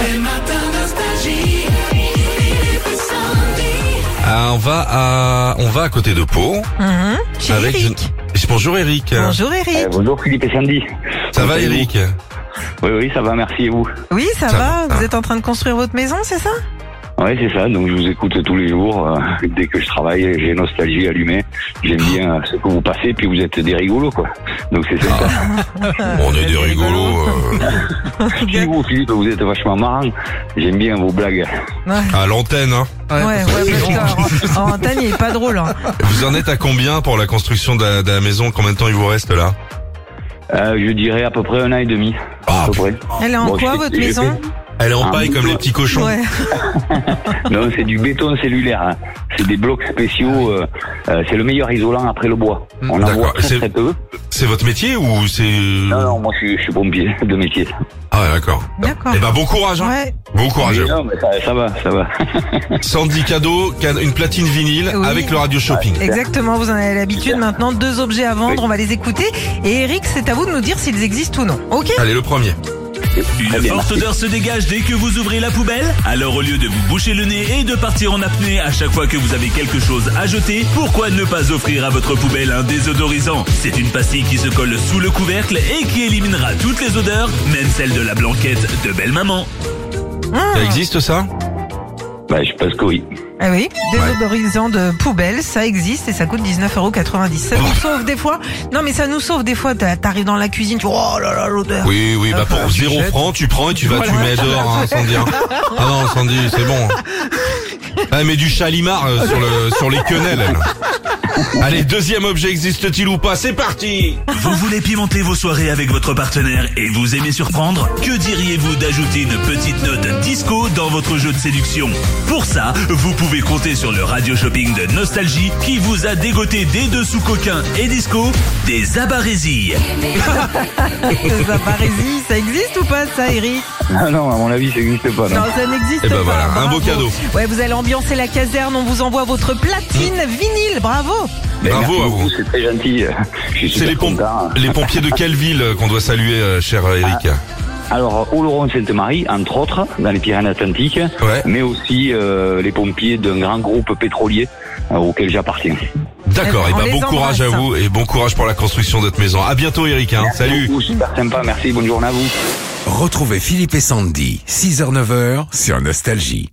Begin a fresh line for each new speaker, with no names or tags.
Les matins nostalgie. Philippe et Sandy.
Ah, on va à, on va à côté de Pau.
Mhm. Chez
Avec
Eric.
une- Bonjour Eric.
Bonjour Euh, Eric.
Euh, bonjour Philippe et Sandy.
Ça va Eric
Oui, oui, ça va, merci et vous.
Oui, ça,
Ça
va.
va.
Vous êtes en train de construire votre maison, c'est ça
Oui, c'est ça, donc je vous écoute tous les jours. euh, dès que je travaille, j'ai nostalgie allumée. J'aime bien euh, ce que vous passez, puis vous êtes des rigolos, quoi. Donc c'est sympa.
Ah.
On est des rigolos. euh,
Si vous, Philippe, vous êtes vachement marrant, j'aime bien vos blagues.
à l'antenne. hein.
Ouais, ouais,
c'est
parce que en en montagne, il est pas drôle. hein.
Vous en êtes à combien pour la construction de la, de la maison Combien de temps il vous reste là
Euh, je dirais à peu près un an et demi. à
Ah,
peu près.
Elle est en
Bon,
quoi,
j'ai-
votre
j'ai
maison
Elle est en
Ah,
paille
oui,
comme
ouais.
les petits cochons.
Ouais.
Non, c'est du béton cellulaire. hein. C'est des blocs spéciaux. euh, euh, c'est le meilleur isolant après le bois.
Hmm.
On en
D'accord,
voit très,
c'est-
très peu.
C'est votre métier ou c'est
Non, non, moi je suis, je suis pompier de métier.
Ah ouais, d'accord.
D'accord.
Eh ben bon courage. hein.
Ouais.
Bon courage.
Mais non, mais ça, ça va, ça va. hein.
Sandy cadeau, can- une platine vinyle
Oui.
avec le radio shopping.
Exactement, vous en avez l'habitude maintenant, deux objets à vendre,
Oui.
on va les écouter. Et Eric, c'est à vous de nous dire s'ils existent ou non. Ok
Allez le premier.
Très
Une
bien,
forte odeur se dégage dès que vous ouvrez la poubelle Alors au lieu de vous boucher le nez et de partir en apnée à chaque fois que vous avez quelque chose à jeter, pourquoi ne pas offrir à votre poubelle un désodorisant C'est une pastille qui se colle sous le couvercle et qui éliminera toutes les odeurs, même celle de la blanquette de belle maman.
Ça existe ça
Bah, je pense que oui.
Ah oui, désodorisant de poubelle, ça existe et ça coûte 19,90€. Ça
Oh.
nous sauve des fois. Non mais ça nous sauve des fois, T'as- t'arrives dans la cuisine, tu oh là là l'odeur.
Oui, oui, bah pour
Voilà.
0 francs, tu prends et tu vas, tu
Voilà.
mets dehors, hein, Sandy. hein. Ah non, Sandy, c'est bon. Ah, Elle met du chalimard euh, sur, le, sur les quenelles. elle. Allez, deuxième objet existe-t-il ou pas C'est parti
Vous voulez pimenter vos soirées avec votre partenaire et vous aimez surprendre Que diriez-vous d'ajouter une petite note disco dans votre jeu de séduction Pour ça, vous pouvez compter sur le radio shopping de Nostalgie qui vous a dégoté des dessous coquins et disco des abarésilles.
ça parésie, ça existe ou pas ça Eric
Ah non, à mon avis, ça n'existe pas. Non.
Non, ça n'existe
Eh ben
pas.
voilà, un
bravo.
beau cadeau.
Ouais, vous allez ambiancer la caserne, on vous envoie votre platine vinyle, bravo.
Ben,
Bravo
merci
à
beaucoup,
vous.
C'est très gentil. Je suis
C'est
super
les, pom-
content.
les pompiers de quelle ville euh, qu'on doit saluer, euh, cher Eric
Ah.
Alors, Oloron-Sainte-Marie, entre autres, dans les Pyrénées-Atlantiques,
Ouais,
mais aussi euh, les pompiers d'un grand groupe pétrolier euh, auquel j'appartiens.
d'accord.
Eh
Et
ben,
ben
on les
bon courage à
embrasse.
vous et bon courage pour la construction de votre maison. À bientôt, Eric. Hein.
Merci
Salut.
beaucoup, Super sympa, merci, bonne journée à vous.
Retrouvez Philippe et Sandy, 6h-9h sur Nostalgie.